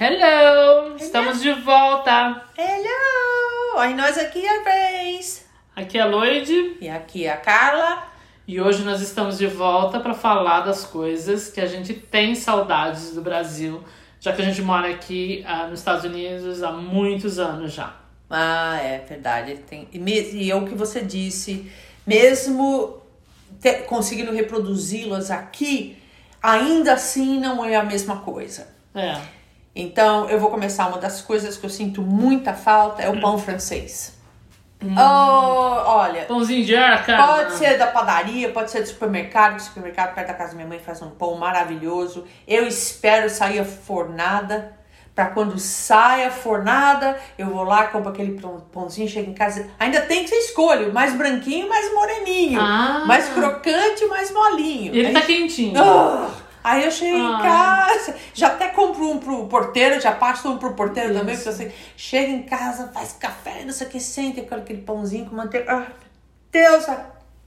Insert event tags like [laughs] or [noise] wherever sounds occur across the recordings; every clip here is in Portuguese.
Hello! Estamos de volta! Hello! Aí nós aqui é a vez. Aqui é a Loide E aqui é a Carla. e hoje nós estamos de volta para falar das coisas que a gente tem saudades do Brasil, já que a gente mora aqui ah, nos Estados Unidos há muitos anos já. Ah, é verdade. ele Tem... E, mes- e é o que você disse, mesmo te- conseguindo reproduzi-las aqui, ainda assim não é a mesma coisa. É. Então, eu vou começar uma das coisas que eu sinto muita falta é o pão francês. Oh, olha, Pãozinho de ar, cara. Pode ser da padaria, pode ser do supermercado. O supermercado perto da casa da minha mãe faz um pão maravilhoso. Eu espero sair a fornada. Pra quando sai a fornada, eu vou lá, compro aquele pão- pãozinho, chego em casa. Ainda tem que ser escolho. Mais branquinho, mais moreninho. Ah. Mais crocante, mais molinho. É Ele Aí- tá quentinho. Ah! Aí eu chego em Ah. casa, já até compro um pro porteiro, já passo um pro porteiro também, Isso. porque você chega em casa, faz café, não sei o que, senta com aquele pãozinho com manteiga. Ah, Deus,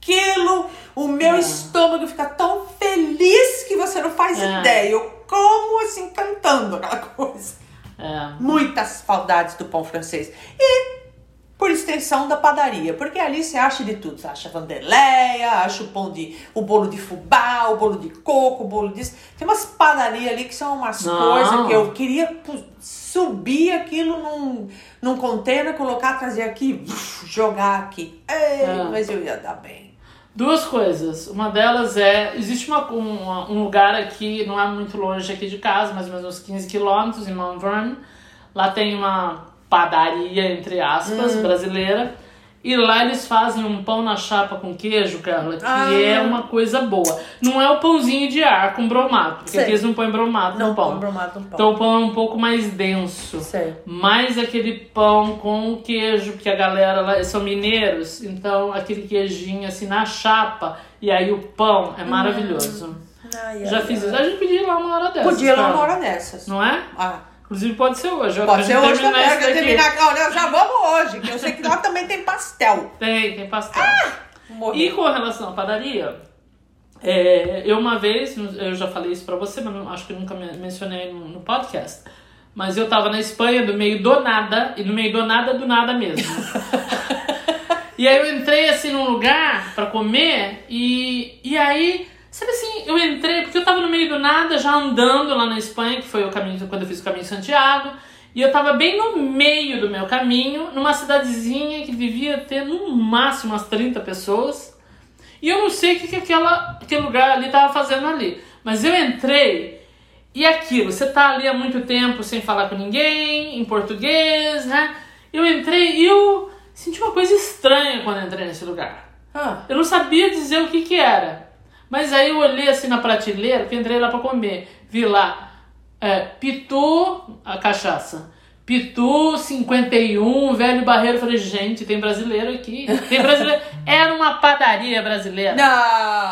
aquilo, o meu É. estômago fica tão feliz que você não faz É. ideia. Eu como assim, cantando aquela coisa. É. Muitas saudades do pão francês. E por extensão da padaria, porque ali você acha de tudo. Você acha vandeleia, acha o pão de. o bolo de fubá, o bolo de coco, o bolo disso. Tem umas padarias ali que são umas Não. coisas que eu queria pu- subir aquilo num, num container, colocar, trazer aqui, jogar aqui. Ei, Ah. mas eu ia dar bem. Duas coisas. Uma delas é: existe uma, um, uma- um lugar aqui, não é muito longe aqui de casa, mais ou menos uns 15 quilômetros, em Mount Vernon. Lá tem uma padaria, entre Hum. aspas, brasileira. E lá eles fazem um pão na chapa com queijo, Carla, que Ah. é uma coisa boa. Não é o pãozinho de ar com bromato, porque Sei. aqui eles não põem bromato Não no pão. compro mais um pão. Então o pão é um pouco mais denso Sei. mais aquele pão com queijo, porque a galera lá eles são mineiros, então aquele queijinho assim na chapa, e aí o pão Uhum. é maravilhoso. Ai, Já ai, fiz ai. isso. A gente podia ir lá uma hora dessas. Podia ir lá cara. uma hora dessas. Não é? Ah. Inclusive pode ser hoje. a Pode gente ser hoje terminar também, isso quero daqui. terminar. Olha, já vamos hoje, que eu sei que lá também tem pastel. Tem, tem pastel. Ah, Morri. E com relação à padaria, é, eu uma vez, eu já falei isso pra você, mas não- acho que nunca men- mencionei no, no podcast. Mas eu tava na Espanha, do meio do nada, e no meio do nada, do nada mesmo. e aí eu entrei assim num lugar pra comer, e, e aí, sabe assim, eu entrei, porque eu tava no meio do nada, já andando lá na Espanha, que foi o caminho, quando eu fiz o caminho de Santiago. E eu tava bem no meio do meu caminho, numa cidadezinha que devia ter no máximo umas 30 pessoas. E eu não sei o que, que aquela, aquele lugar ali tava fazendo ali. Mas eu entrei e aquilo, você tá ali há muito tempo sem falar com ninguém, em português, né? Eu entrei e eu senti uma coisa estranha quando eu entrei nesse lugar. Ah, Eu não sabia dizer o que que era. Mas aí eu olhei assim na prateleira, porque eu entrei lá pra comer. Vi lá, é, Pitu, a cachaça. Pitu 51, velho barreiro. Eu Falei, gente, tem brasileiro aqui. Tem [laughs] brasileiro. Era uma padaria brasileira. não!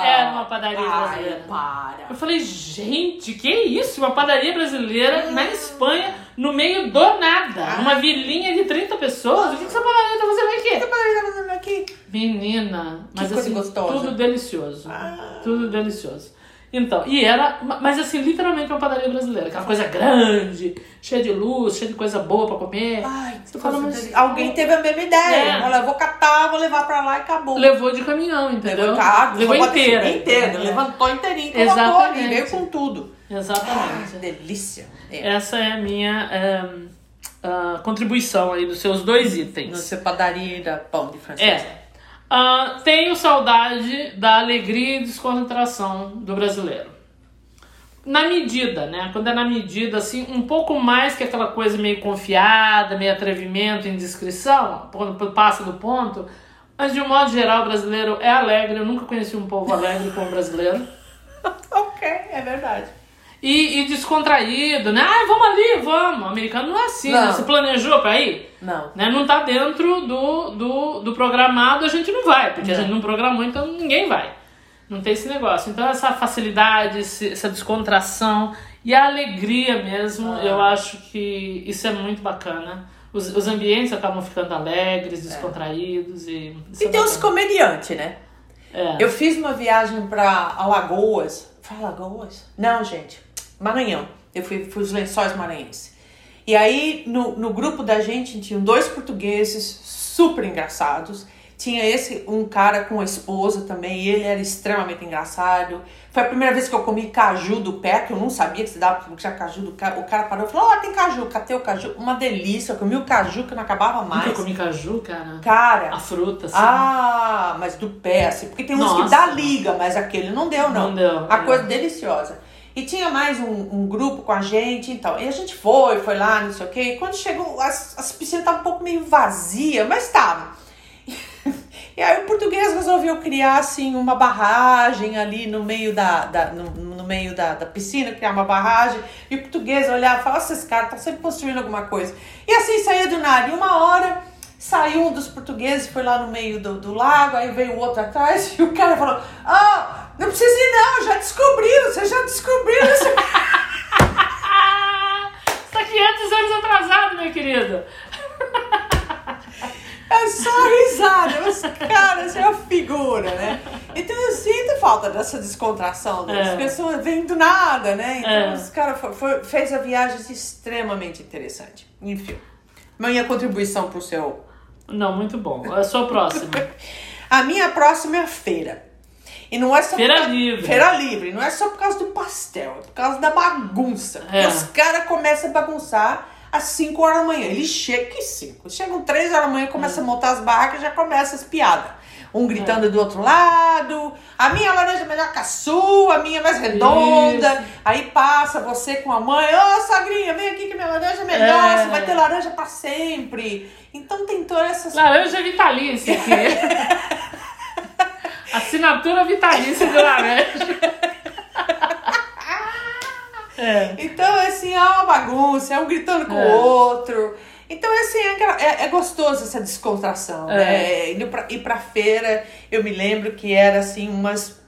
Era É uma padaria Ai, brasileira. para. Eu falei, gente, que isso? Uma padaria Ah. brasileira na Espanha, no meio do nada. Numa vilinha de 30 pessoas. O que que essa padaria tá fazendo aqui? Que padaria tá fazendo aqui? Menina, mas coisa assim, gostosa. tudo delicioso. Ah. Tudo delicioso. Então, e era, mas assim, literalmente uma padaria brasileira, aquela coisa grande, cheia de luz, cheia de coisa boa pra comer. Ai, Você que fala, coisa mas- deli- Alguém teve a mesma ideia. assim. É. Olha, eu vou catar, vou levar pra lá e acabou. Levou de caminhão, entendeu? Levantado, Levou só pode- inteira. assim, Inteira, né? É. levantou inteirinho, colocou Exatamente. ali, veio com tudo. Ai, que Exatamente. delícia. É. Essa é a minha eh, ah, contribuição aí dos seus dois No itens. seu padaria da pão de francês. É. Ah, tenho saudade da alegria e descontração do brasileiro. Na medida, né? Quando é na medida, assim, um pouco mais que aquela coisa meio confiada, meio atrevimento, indiscrição, quando passa do ponto. Mas de um modo geral, o brasileiro é alegre. Eu nunca conheci um povo alegre como o brasileiro. Ok, é verdade. E, e descontraído, né? Ah, vamos ali, vamos. O americano não é assim, né? Não. Se planejou pra ir, Não. né? Não tá dentro do, do, do programado, a gente não vai, porque a gente não programou, então ninguém vai. Não tem esse negócio. Então, essa facilidade, esse- essa descontração e a alegria mesmo, Ah. eu acho que isso é muito bacana. Os, os ambientes acabam ficando alegres, descontraídos e. isso É. E é tem os bacana. comediantes, né? É. Eu fiz uma viagem pra Alagoas. Foi Alagoas? Não, gente. Maranhão. Eu fui, fui os lençóis maranhenses. E aí, no, no grupo da gente, tinham dois portugueses super engraçados. Tinha esse, um cara com a esposa também, ele era extremamente engraçado. Foi a primeira vez que eu comi caju do pé, que eu não sabia que se dava pra comer caju do cara. O cara parou e falou, ó, tem caju, catei o caju. Uma delícia, eu comi o caju que não acabava mais. Nunca comi caju, cara. Cara, A fruta, assim. É. ah, mas do pé, assim. Porque tem uns que Nossa. dá liga, mas aquele não deu, não. Não deu, A é. coisa deliciosa. E tinha mais um, um grupo com a gente, então. E a gente foi, foi lá, não sei o quê. E quando chegou, as, as piscinas estavam um pouco meio vazias, mas estavam. E aí o português resolveu criar, assim, uma barragem ali no meio da, da- no, no meio da, da piscina, criar uma barragem. E o português olhava e falava, "Nossa, esses caras estão sempre construindo alguma coisa. E assim saía do nada. E uma hora saiu um dos portugueses, foi lá no meio do, do lago, aí veio o outro atrás [laughs] e o cara falou, ah, não precisa ir não, já descobriram, vocês já descobriram. esse-" Ah, você tá 500 anos atrasado, minha querida. É só risada, mas cara, você é uma figura, né? Então eu sinto falta dessa descontração, né? as É. pessoas vêm do nada, né? Então É. os caras foi, foi- fez a viagem extremamente interessante. Enfim, minha contribuição pro seu... Não, muito bom. A sua [laughs] próxima. A minha próxima é a feira. E não é só por Feira causa- livre. Feira livre. Não é só por causa do pastel, é por causa da bagunça. Porque É. os caras começam a bagunçar às 5 horas da manhã. Eles chegam, que 5? Chegam 3 horas da manhã, É. começam a montar as barracas e já começam as piadas. Um gritando do outro lado, a minha laranja é melhor que a sua, a minha é mais redonda. Aí passa você com a mãe, ô sogrinha, vem aqui que minha laranja é melhor, É. você vai ter laranja pra sempre. Então tem todas essas Laranja vitalícia [laughs] aqui. Assinatura vitalícia de laranja. É. Então, assim, [laughs] é uma bagunça, é um gritando com É. o outro. Então, assim, é, aquela- é, é gostoso essa descontração, É. né? Indo pra, ir pra feira, eu me lembro que era, assim, umas...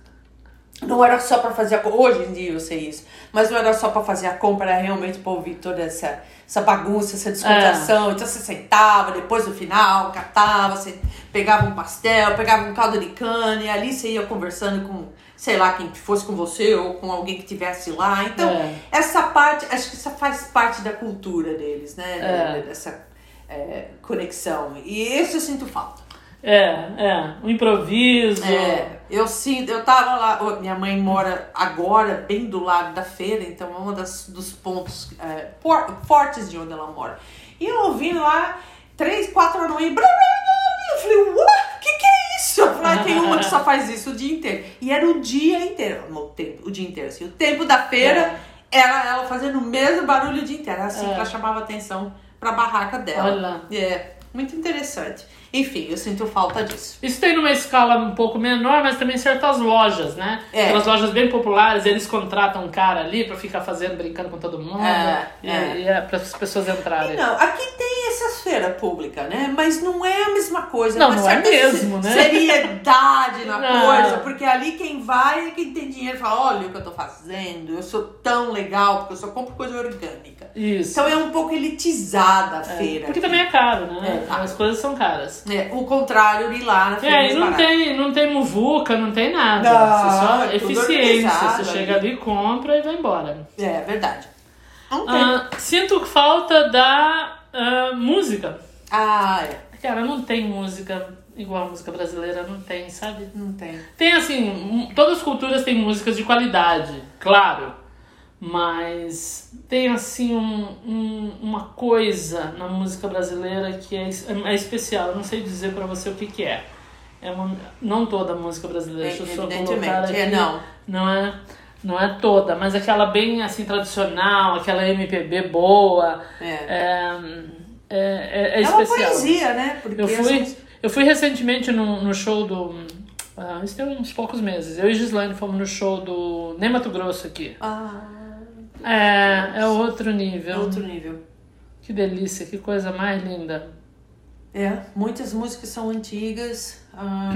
Não era só pra fazer a compra, hoje em dia eu sei isso, mas não era só pra fazer a compra, era realmente pra ouvir toda essa, essa bagunça, essa descontração. É. Então você sentava, depois no final, catava, você pegava um pastel, pegava um caldo de cana, e ali você ia conversando com, sei lá, quem que fosse com você ou com alguém que tivesse lá. Então, É. essa parte, acho que isso faz parte da cultura deles, né? É. Dessa é, conexão. E isso eu sinto falta. É, é. O improviso. É, eu sinto, eu tava lá, ô, minha mãe mora agora bem do lado da feira, então é um das, dos pontos é, por- fortes de onde ela mora. E eu ouvindo lá, três, quatro horas da manhã, blá, blá, blá, blá, eu falei, ué, que que é isso? Eu falei, "Ah, tem uma que só faz isso o dia inteiro. E era o dia inteiro, no tempo, o dia inteiro, assim, o tempo da feira era ela fazendo o mesmo barulho o dia inteiro, era assim que É. ela chamava atenção pra barraca dela. Olha lá. É, muito interessante. Enfim, eu sinto falta disso. Isso tem numa escala um pouco menor, mas também certas lojas, né? É. Aquelas lojas bem populares, eles contratam um cara ali pra ficar fazendo, brincando com todo mundo. É, e, é. e é pra as pessoas entrarem. Não, aqui tem essas feiras públicas, né? Mas não é a mesma coisa. Não, uma não é certa mesmo, né? Seriedade [laughs] na Não. coisa, porque ali quem vai é quem tem dinheiro e fala: olha o que eu tô fazendo, eu sou tão legal, porque eu só compro coisa orgânica. Isso. Então é um pouco elitizada a feira. Porque também é caro, né? É, caro. As coisas são caras. É, o contrário de lá na feira. É, e mais não barata. tem, não tem muvuca, não tem nada. Não, Você só é tudo eficiência. Você organizado chega ali, compra e vai embora. É, verdade. Não tem. Ah, sinto falta da ah, música. Ah, é. Cara, não tem música igual a música brasileira, não tem, sabe? Não tem. Tem assim, mu- todas as culturas têm músicas de qualidade, claro. Mas tem assim um, um- uma coisa na música brasileira que é, es- é especial. Eu não sei dizer pra você o que, que é. é uma- não toda a música brasileira, deixa eu só colocar É, Evidentemente. aqui. É, não. Não é, não é toda, mas aquela bem assim tradicional, aquela MPB boa. É, É, é, é, é É uma especial. poesia, né? Porque Eu fui, essas- eu fui recentemente no, no show do. ah, isso tem uns poucos meses. Eu e Gislaine fomos no show do Nem Mato Grosso aqui. Ah, É, é outro é nível. outro nível. Que delícia, que coisa mais linda. É, muitas músicas são antigas, ah,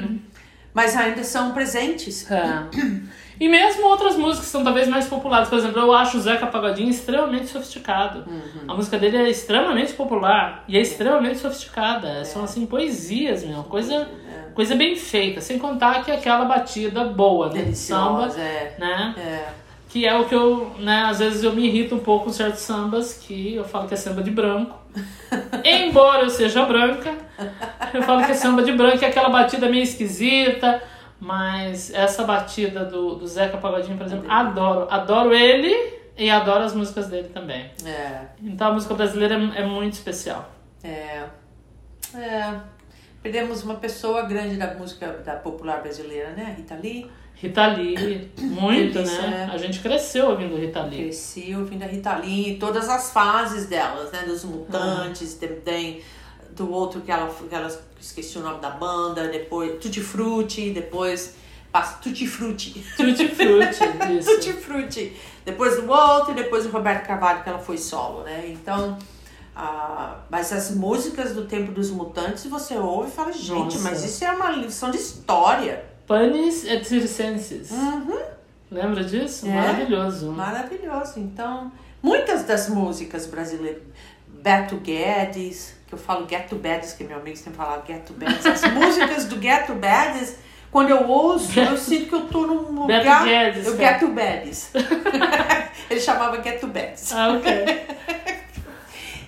mas ainda são presentes. É. E mesmo outras músicas que são talvez mais populares. Por exemplo, eu acho o Zeca Pagodinho extremamente sofisticado. Uhum. A música dele é extremamente popular e é extremamente sofisticada. É. São assim poesias, meu. Coisa, coisa é bem feita. Sem contar que é aquela batida boa, né? de Samba, Deliciosas, é. né? é. Que é o que eu, né, às vezes eu me irrito um pouco com certos sambas, que eu falo que é samba de branco. [laughs] Embora eu seja branca, eu falo que é samba de branco, é aquela batida meio esquisita, mas essa batida do, do Zeca Pagodinho, por exemplo, adoro. Adoro ele e adoro as músicas dele também. É. Então a música brasileira é, é muito especial. É. É. Perdemos uma pessoa grande da música da popular brasileira, né? Rita Lee. Rita Lee, muito, Delícia, né? né? A gente cresceu ouvindo Rita Lee. Cresci ouvindo a Rita Lee, todas as fases delas, né? Dos Mutantes, também do outro que ela, que ela esqueci o nome da banda, depois Tutti Frutti, depois passa Tutti Frutti. Tutti Frutti, isso. [laughs] Tutti Frutti. Depois do Walter, depois do Roberto Carvalho, que ela foi solo, né? Então, ah, mas as músicas do Tempo dos Mutantes, você ouve e fala, gente, Nossa. mas isso é uma lição de história. Panis et Circenses. Uhum, Lembra disso? É. Maravilhoso. maravilhoso. Então, muitas das músicas brasileiras, Beto Guedes, que eu falo Gueto Guedes, que meu amigo sempre falava Gueto [laughs] Guedes. As músicas do Gueto Guedes, quando eu ouço, eu sinto que eu tô num Beto lugar... Guedes, Eu cara. Gueto Guedes. [laughs] Ele chamava Gueto Guedes. Ah, [laughs] ok.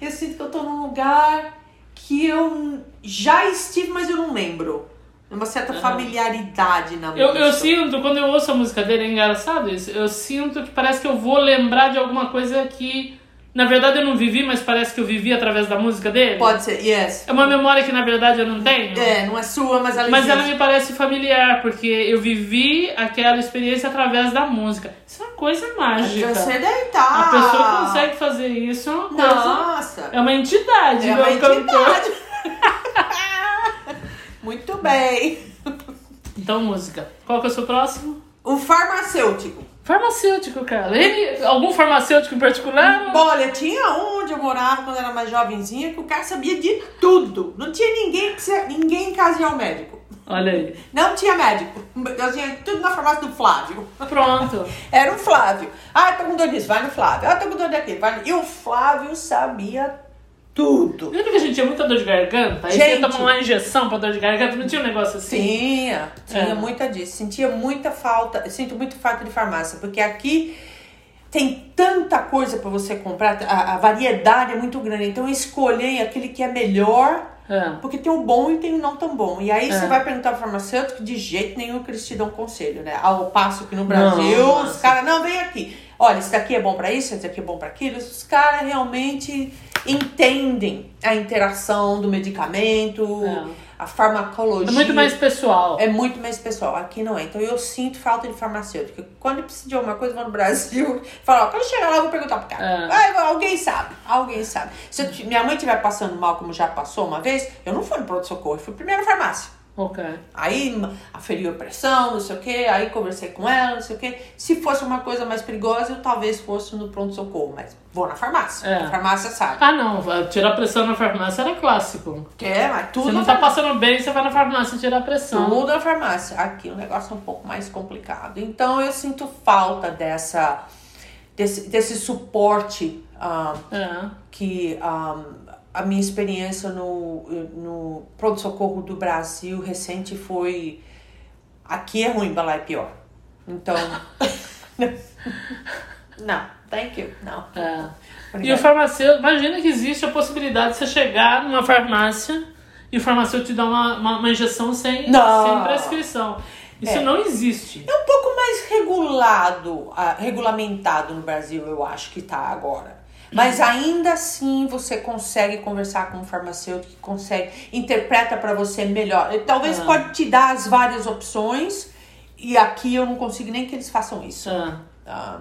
Eu sinto que eu tô num lugar que eu já estive, mas eu não lembro. Uma certa familiaridade na Eu, eu música. sinto, quando eu ouço a música dele, é engraçado isso. Eu sinto que parece que eu vou lembrar de alguma coisa que, na verdade, eu não vivi, mas parece que eu vivi através da música dele. Pode ser, yes. É uma memória que, na verdade, eu não tenho. É, não é sua, mas ela Mas ela existe. me parece familiar, porque eu vivi aquela experiência através da música. Isso é uma coisa mágica. Transcendental. A pessoa Ah! consegue fazer isso, é uma coisa. Nossa. É uma entidade, É meu uma cantor. entidade. [laughs] Muito bem. Então, música. Qual que é o seu próximo? O farmacêutico. Farmacêutico, cara. Ele, algum farmacêutico em particular? Bom, Olha, tinha um onde eu morava quando era mais jovenzinha que o cara sabia de tudo. Não tinha ninguém que se- ninguém em casa ia ao médico. Olha aí. Não tinha médico. Eu tinha tudo na farmácia do Flávio. Pronto. Era o Flávio. Ah, tô com dor disso, vai no Flávio. Ah, tô com dor daquele, vai no... E o Flávio sabia tudo. Lembra que a gente tinha muita dor de garganta? Aí você Gente. toma uma injeção pra dor de garganta, não tinha um negócio assim? Tinha, tinha É. muita disso. Sentia muita falta, eu sinto muito falta de farmácia, porque aqui tem tanta coisa pra você comprar, a, a variedade é muito grande. Então eu escolhi aquele que é melhor, É. porque tem o bom e tem o não tão bom. E aí É. você vai perguntar pro farmacêutico, de jeito nenhum que eles te dão conselho, né? Ao passo que no Brasil, Não, é. os nossa. caras, não, vem aqui. Olha, esse daqui é bom pra isso, esse daqui é bom pra aquilo. Os caras realmente entendem a interação do medicamento, É. a farmacologia. É muito mais pessoal. É muito mais pessoal. Aqui não é. Então eu sinto falta de farmacêutica. Quando eu preciso de alguma coisa, eu vou no Brasil. Falo, ó, quando eu chegar lá, eu vou perguntar pro cara. É. Ah, eu- alguém sabe. Alguém sabe. Se eu t- minha mãe estiver passando mal, como já passou uma vez, eu não fui no pronto-socorro. Eu fui primeiro na farmácia. Ok. Aí m- aferiu a pressão, não sei o quê. Aí conversei com ela, não sei o quê. Se fosse uma coisa mais perigosa, eu talvez fosse no pronto-socorro. Mas vou na farmácia. É. A farmácia sabe. Ah, não. vai Tirar pressão na farmácia era clássico. Quer, mas tudo Você não na tá farmácia. passando bem, você vai na farmácia tirar pressão. Tudo na farmácia. Aqui o negócio é um pouco mais complicado. Então eu sinto falta dessa desse, desse suporte ah, É. que ah, a minha experiência no, no pronto-socorro do Brasil recente foi. Aqui é ruim, mas lá é pior. [laughs] Então. [laughs] não, thank you. Não. É. E o Obrigada. farmacêutico, imagina que existe a possibilidade de você chegar numa farmácia e o farmacêutico te dar uma, uma, uma injeção sem, Não. sem prescrição. Isso É. não existe. É um pouco mais regulado, ah, regulamentado no Brasil, eu acho que tá agora. Mas ainda assim você consegue conversar com um farmacêutico que consegue, interpreta pra você melhor. Ele Talvez Ah. pode te dar as várias opções e aqui eu não consigo nem que eles façam isso. Ah, Ah,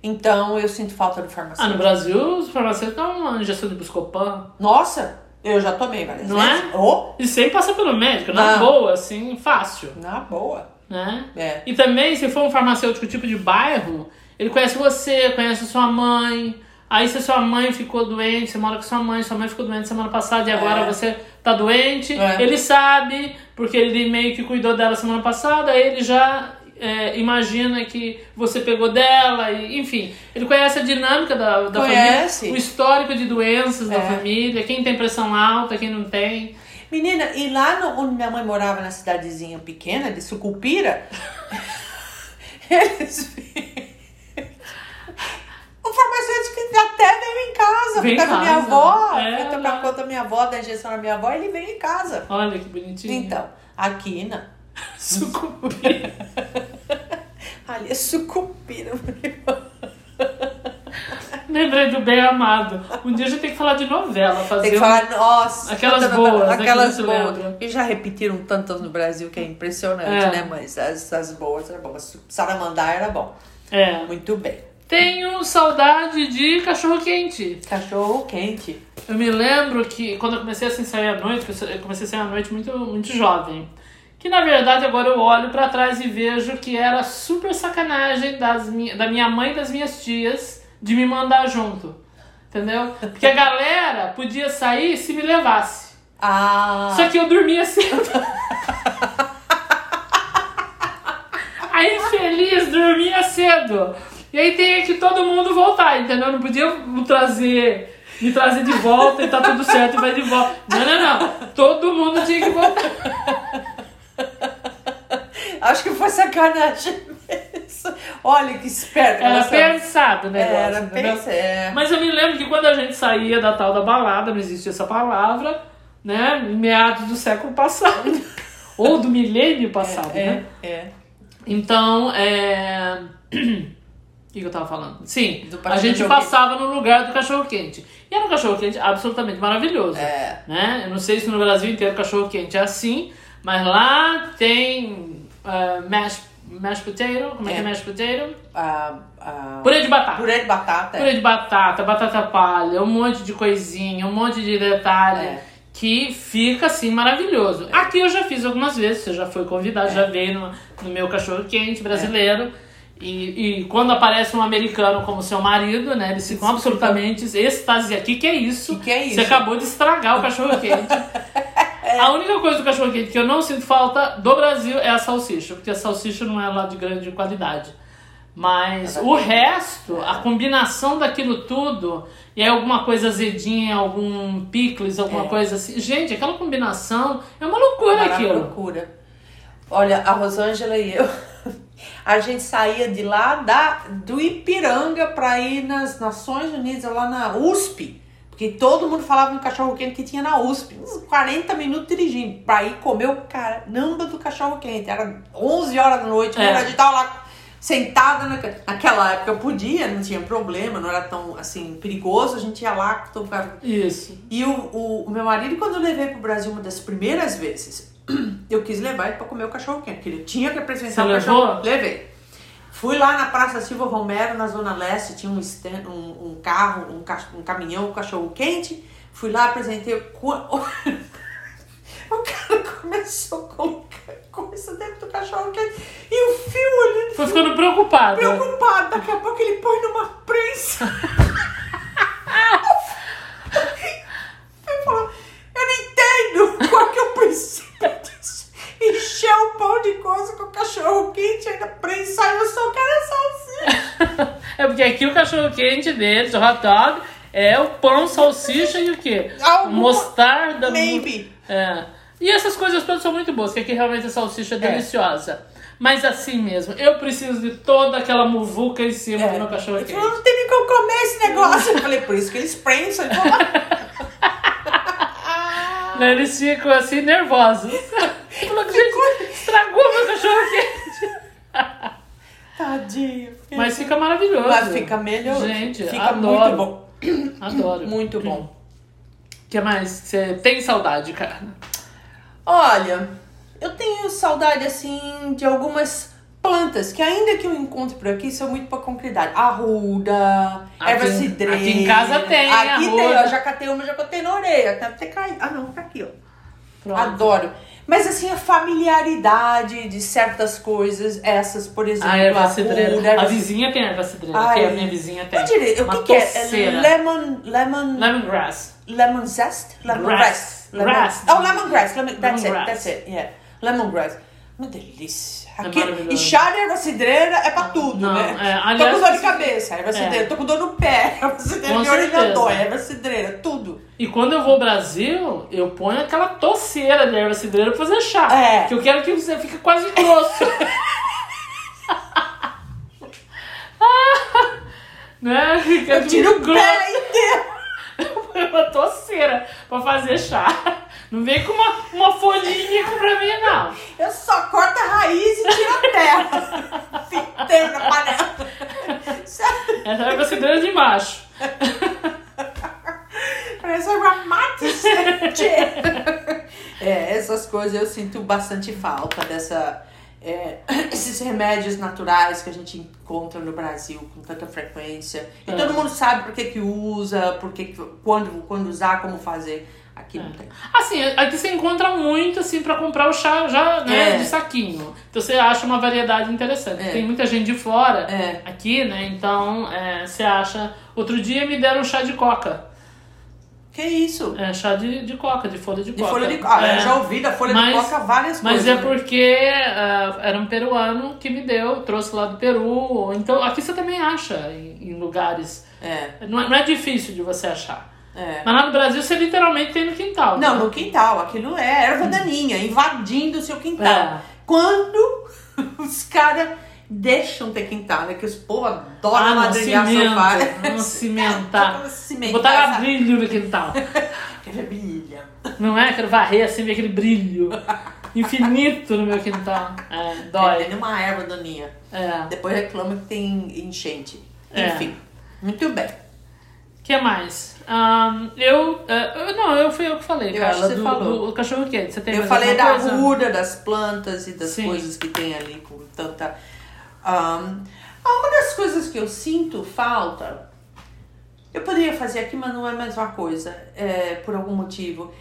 então eu sinto falta Ah, do no farmacêutico. Brasil, os farmacêuticos dão uma injeção de Buscopan. Nossa, eu já tomei várias Ah. Não é? vezes. Oh, E sem passar pelo médico, na Ah. boa, assim, fácil, na boa. né? É. E também, se for um farmacêutico tipo de bairro, ele conhece você, conhece a sua mãe. Aí se a sua mãe ficou doente, você mora com sua mãe, sua mãe ficou doente semana passada e agora É. você tá doente, É. ele sabe, porque ele meio que cuidou dela semana passada, aí ele já é, imagina que você pegou dela, e, enfim. Ele conhece a dinâmica da, da família, Conhece. o histórico de doenças da É. família, quem tem pressão alta, quem não tem. Menina, e lá no- onde minha mãe morava, [laughs] na cidadezinha pequena de Sucupira, eles, casa, Vem em fica com a minha casa, avó, é, fica lá. pra conta da minha avó, da injeção da minha avó, ele vem em casa. Olha que bonitinho. [laughs] Então, aqui não. Sucupira. Ali é sucupira. Lembrei do Bem Amado. Um dia a gente tem que falar de novela, fazer um- Tem que falar, nossa, Aquelas quanta- boas, né, que aquelas não se boas. lembra. E já repetiram tantas no Brasil que é impressionante, É. né? Mas essas boas eram boas. Saramandá era bom. um- É. Muito bem. Tenho saudade de cachorro quente. Cachorro quente. Eu me lembro que quando eu comecei assim, a sair à noite, que eu comecei a sair à noite muito, muito jovem. Que na verdade agora eu olho pra trás e vejo que era super sacanagem das mi da minha mãe e das minhas tias de me mandar junto. Entendeu? Porque a galera podia sair se me levasse. Ah, Só que eu assim. dormia [laughs] cedo. Aí feliz, dormia cedo. E aí tem que todo mundo voltar, entendeu? Não podia me trazer, me trazer de volta e tá tudo certo e vai de volta. Não, não, não. Todo mundo tinha que voltar. acho que foi sacanagem mesmo. Olha que esperto. Era nossa. pensado o negócio. Era entendeu? pensa- é. Mas eu me lembro que quando a gente saía da tal da balada, não existia essa palavra, né? Em Meados do século passado. [laughs] Ou do milênio passado, né? É, é. Então, é. [clears throat] O que que eu tava falando? Sim, Do a gente cachorro-quente. passava no lugar do cachorro-quente. E era um cachorro-quente absolutamente maravilhoso. É. Né? Eu não sei se no Brasil inteiro cachorro-quente é assim, mas lá tem uh, mashed, mashed potato. Como é, que é É. mashed potato? Ah, ah, Purê de batata. purê de batata. Purê de batata, batata palha, um monte de coisinha, um monte de detalhe. É. Que fica assim maravilhoso. Aqui eu já fiz algumas vezes, você já foi convidado, É. já veio no, no meu cachorro quente brasileiro. E, e quando aparece um americano como seu marido, né? Eles ficam absolutamente extasiados. Que que é isso? Que que é isso? Você acabou de estragar o [laughs] cachorro quente. É. A única coisa do cachorro quente que eu não sinto falta do Brasil é a salsicha, porque a salsicha não é lá de grande qualidade. Mas o resto, a combinação daquilo tudo, e aí alguma coisa azedinha, algum picles, alguma É. coisa assim. Gente, aquela combinação é uma loucura Era uma aquilo. loucura. Olha, a Rosângela e eu, [laughs] a gente saía de lá da, do Ipiranga para ir nas Nações Unidas, lá na USP. Porque todo mundo falava no cachorro-quente que tinha na USP. Uns 40 minutos dirigindo para ir comer o caramba do cachorro-quente. Era 11 horas da noite, É. a gente tava lá sentada. Na... Naquela época eu podia, não tinha problema, não era tão assim perigoso. A gente ia lá, tocava Isso. e o, o- o meu marido, quando eu levei pro Brasil uma das primeiras vezes, eu quis levar ele pra comer o cachorro quente, porque ele tinha que apresentar Você o levou? cachorro. Levei. Fui lá na Praça Silva Romero, na Zona Leste, tinha um, stand- um- um carro, um, ca- um caminhão, um cachorro quente. Fui lá, apresentei. co- [laughs] O cara começou a colocar coisa dentro do cachorro quente. E o fio olhando Foi ficando preocupada. preocupado. Daqui a pouco ele põe numa prensa. Ele falou, eu não entendo qual que é o princípio disso. Encher um pão de coisa com cachorro quente, ainda prensa, eu só assim." quero salsicha. É porque aqui o cachorro quente deles, o hot dog, é o pão, salsicha e o quê? Alguma- Mostarda. mu- Maybe. É. E essas coisas todas são muito boas, porque aqui realmente a salsicha é, É. deliciosa. Mas assim mesmo, eu preciso de toda aquela muvuca em cima É. do meu cachorro Ele quente. falou, não tem nem como comer esse negócio. Eu falei, por isso que eles prensam. Ele falou, "Ah." Né, Eles ficam assim nervosos. Falou, gente, estragou meu cachorro quente. [laughs] tadinho. Mas fica maravilhoso. Mas fica melhor. Gente, fica muito adoro. bom. Adoro. Muito bom. O que mais? Você tem saudade, cara? Olha, eu tenho saudade assim de algumas plantas que ainda que eu encontro por aqui são muito para concretidade. Arruda, Aqui- erva cidreira. aqui em casa tem Aqui tem, arruda. ó, já catei uma, já catei na orelha, até ter caído. Ah, não, tá aqui, ó. Pronto. Adoro. Mas assim, a familiaridade de certas coisas, essas, por exemplo, A Ah, é erva arruda, cidreira. erva A vizinha tem erva cidreira, Ai. que a minha vizinha tem. Eu diria, o Uma que, que é? toceira. Lemon, lemon, Lemongrass. lemon zest? Grass. Lemongrass. Grass. Lemon, oh, lemongrass. Lemon, that's Lemongrass. it, that's it, yeah. Lemongrass. Uma delícia. É Aqui, maravilhoso. e chá de erva cidreira é pra tudo, Não, né? é, tô aliás, com dor de se- cabeça, erva cidreira. Tô com dor no pé, [laughs] erva cidreira. Com Minha orelha certeza. dói, erva cidreira, tudo. E quando eu vou ao Brasil, eu ponho aquela toceira de erva cidreira pra fazer chá. É. Que eu quero que você fique quase grosso. [laughs] Ah, né? Fica Eu tiro o grosso. pé inteiro. [laughs] inteira pra fazer chá. Não vem com uma, uma folhinha pra mim, não. Eu só corto a raiz e tiro a [laughs] terra. Fico inteiro na panela. Sabe? Essa vai pra É cidreira de baixo. Parece uma mata [laughs] É, essas coisas eu sinto bastante falta dessa. é, esses remédios naturais que a gente encontra no Brasil com tanta frequência. E É. todo mundo sabe por que, que usa, por que que- quando, quando usar, como fazer. Aqui não tem. Assim, aqui você encontra muito, assim, pra comprar o chá já, né, É. de saquinho. Então você acha uma variedade interessante. É. Tem muita gente de fora É. aqui, né, então é, você acha... Outro dia me deram um chá de coca. Que isso? É, chá de, de coca, de folha de De coca. folha de coca. É. eu já ouvi da folha Mas- de coca várias Mas coisas. é né? porque ah, era um peruano que me deu, trouxe lá do Peru. Então aqui você também acha em, em lugares. É, Não é, não é difícil de você achar. é. Mas lá no Brasil você literalmente tem no quintal. Não, né? no quintal. Aquilo é erva daninha, invadindo o seu quintal. É. Quando [laughs] os caras deixam ter quintal, né? Que os povo adoram Ah, não, madrinhar Tá cimento, Tá. não cimentar. sofá. [laughs] Todo cimentar, Botar sabe? brilho no quintal. Aquela brilha. Não é? Quero varrer assim, ver aquele [laughs] brilho infinito no meu quintal. É, Dói. É, dói. nenhuma erva daninha. É. Depois reclama que tem enchente. É. Enfim, muito bem. que mais? Ah, eu, é, eu- Não, eu fui eu que falei, Eu Carla, acho que você do, falou. do cachorro quente. Você tem Eu mais falei alguma da coisa? ruda, das plantas e das Sim. coisas que tem ali com tanta. Ahn, ah, uma das coisas que eu sinto falta, eu poderia fazer aqui, mas não é mais uma coisa, é, por algum motivo.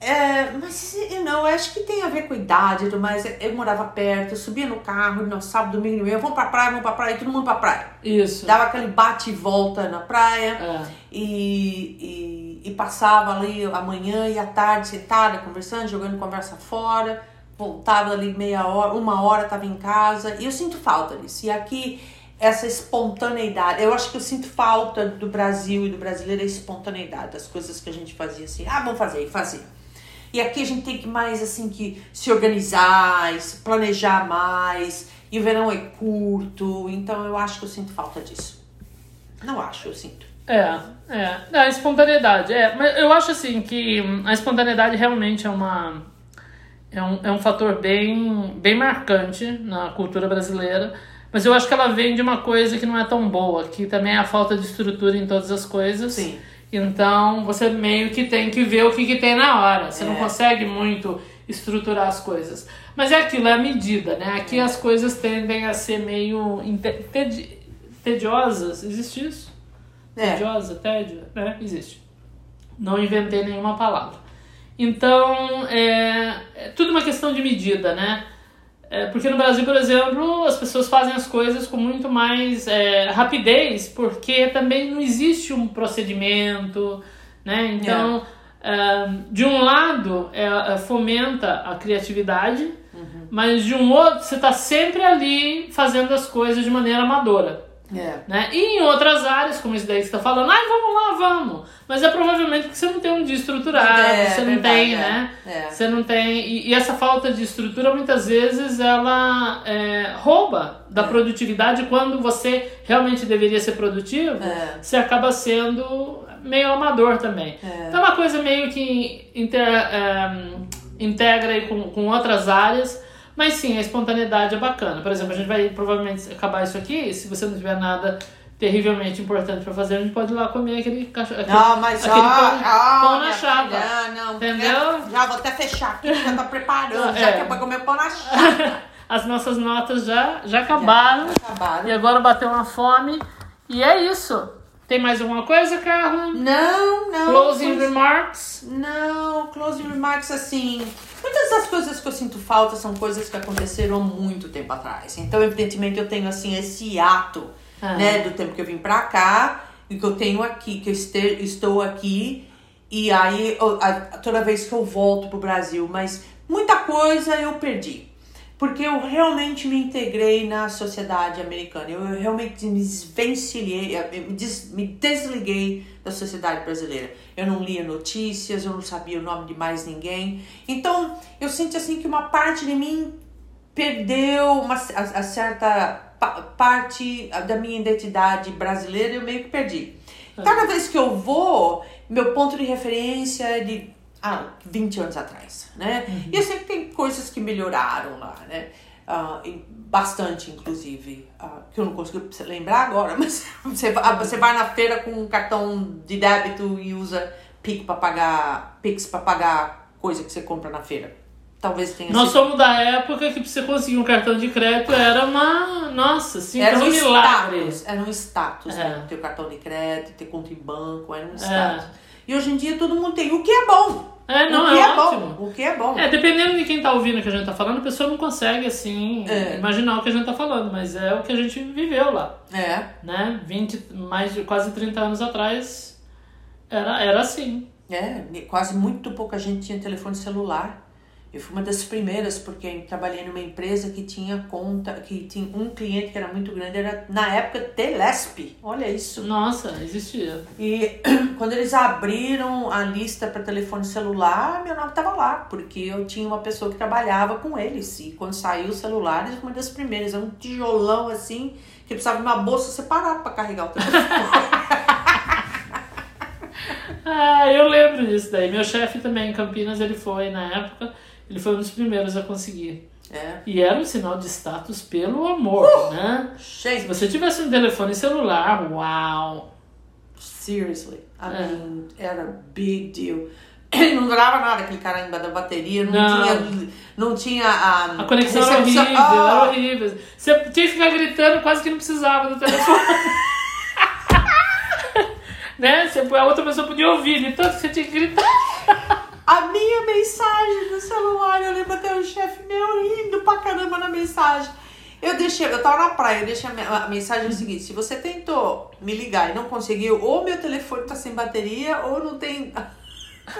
É, mas eu não, eu acho que tem a ver com idade e tudo mais. Eu morava perto, eu subia no carro, no sábado, domingo, de manhã, vamos pra praia, vamos pra praia, e todo mundo pra praia. Isso. Dava aquele bate e volta na praia É. e, e, e passava ali a manhã e a tarde sentada, conversando, jogando conversa fora, voltava ali meia hora, uma hora estava em casa, e eu sinto falta disso. E aqui, essa espontaneidade, eu acho que eu sinto falta do Brasil e do brasileiro, a espontaneidade, das coisas que a gente fazia assim, ah, vamos fazer, e fazer. E aqui a gente tem que mais assim que se organizar, e se planejar mais. E o verão é curto, então eu acho que eu sinto falta disso. Não acho, eu sinto. É, é. Não, a espontaneidade. É, mas eu acho assim que hum, a espontaneidade realmente é uma. É um, é um fator bem, bem marcante na cultura brasileira. Mas eu acho que ela vem de uma coisa que não é tão boa, que também é a falta de estrutura em todas as coisas. Sim. Então você meio que tem que ver o que, que tem na hora. Você não É. consegue muito estruturar as coisas. Mas é aquilo, é a medida, né? Aqui É. as coisas tendem a ser meio inte- tedi- tediosas. Existe isso? É. Tediosa, tédio, né? Existe. Não inventei nenhuma palavra. Então, é, é tudo uma questão de medida, né? É, porque no Brasil, por exemplo, as pessoas fazem as coisas com muito mais é, rapidez, porque também não existe um procedimento, né? Então, é, de um lado, é, é, fomenta a criatividade, mas de um outro, você está sempre ali fazendo as coisas de maneira amadora É. né? E em outras áreas, como isso daí que você tá falando, ai, vamos lá, vamos. Mas é provavelmente que você não tem um dia estruturado, É, você não verdade, tem, é. né? É. Você não tem. E, e essa falta de estrutura, muitas vezes, ela é, rouba da É. produtividade quando você realmente deveria ser produtivo, É. você acaba sendo meio amador também. É. Então é uma coisa meio que inter- eh, integra aí com, com outras áreas. Mas sim, a espontaneidade é bacana. Por exemplo, a gente vai provavelmente acabar isso aqui. E se você não tiver nada terrivelmente importante pra fazer, a gente pode ir lá comer aquele cachorro. aquele- Não, mas aquele ah, pão- ah, pão na minha chapa. filha, não, Entendeu? Já, já vou até fechar aqui, já tá [laughs] preparando, já É. que é pra comer pão na chapa. As nossas notas já, já acabaram. tá E agora bateu uma fome. E é isso. Tem mais alguma coisa, Carla? Não, não. Closing pois- remarks. Não, closing remarks assim. Muitas das coisas que eu sinto falta são coisas que aconteceram há muito tempo atrás. Então, evidentemente, eu tenho assim esse ato, Ah. né, do tempo que eu vim pra cá e que eu tenho aqui, que eu este- estou aqui. E aí, eu- a- toda vez que eu volto pro Brasil, mas muita coisa eu perdi. Porque eu realmente me integrei na sociedade americana. Eu, eu realmente me desvencilhei, eu me, des- me desliguei da sociedade brasileira. Eu não lia notícias, eu não sabia o nome de mais ninguém. Então, eu sinto assim que uma parte de mim perdeu uma c- a, a certa pa- parte da minha identidade brasileira, eu meio que perdi. Cada vez que eu vou, meu ponto de referência é de ah, 20 anos atrás, né? E eu sei que tem coisas que melhoraram lá, né? Ah, e bastante, inclusive, ah, que eu não consigo lembrar agora, [laughs] mas você, vai- você vai na feira com um cartão de débito e usa Pix para pagar, Pix para pagar coisa que você compra na feira. Talvez tenha Nós sido. somos da época que pra você conseguir um cartão de crédito era uma. Nossa, assim, Era um milagre. status, era um status, né? É. Ter cartão de crédito, ter conta em banco, era um É. status. E hoje em dia todo mundo tem, o que é bom. É, não, o que é, é, ótimo. bom, o que é bom. É, dependendo de quem tá ouvindo o que a gente tá falando, a pessoa não consegue, assim, É. imaginar o que a gente tá falando, mas é o que a gente viveu lá, é. né? 20, mais de quase 30 anos atrás, era, era assim. É, me- quase muito pouca gente tinha telefone celular. Eu fui uma das primeiras, porque eu trabalhei numa empresa que tinha conta, que tinha um cliente que era muito grande, era na época Telesp. Olha isso. Nossa, existia. E [clears throat] quando eles abriram a lista para telefone celular, meu nome estava lá, porque eu tinha uma pessoa que trabalhava com eles. E quando saiu os celulares, eu fui uma das primeiras, era um tijolão assim, que precisava de uma bolsa separada para carregar o [laughs] telefone. Ah, eu lembro disso daí. Meu chefe também em Campinas, ele foi, na época, ele foi um dos primeiros a conseguir. é. E era um sinal de status pelo amor, Uh! né? Se Gente, você tivesse um telefone celular, uau! Seriously. I É. mean, era a big deal. [clears throat] Não durava nada aquele caramba da bateria, não, Não. tinha. Não tinha a. A conexão era horrível, era recepção. Ah, horrível. Você tinha que ficar gritando, quase que não precisava do [laughs] telefone. né? Você, a outra pessoa podia ouvir, de tanto que você tinha que gritar. a minha mensagem do celular, eu lembro até o chefe meu rindo pra caramba na mensagem. Eu deixei, eu tava na praia, eu deixei a me- a mensagem é seguinte: se você tentou me ligar e não conseguiu, ou meu telefone tá sem bateria, ou não tem a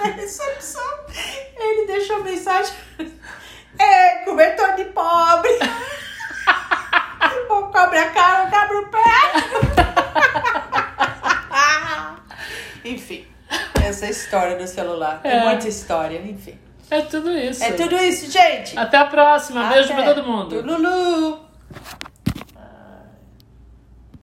recepção. Ele deixou a mensagem. É, cobertor de pobre. Ou cobre a cara, ou cobre o pé. Enfim, essa é história do celular. Tem É. muita história, enfim. É tudo isso. É tudo isso, gente. Até a próxima. Um Beijo pra Até. todo mundo. Lulu.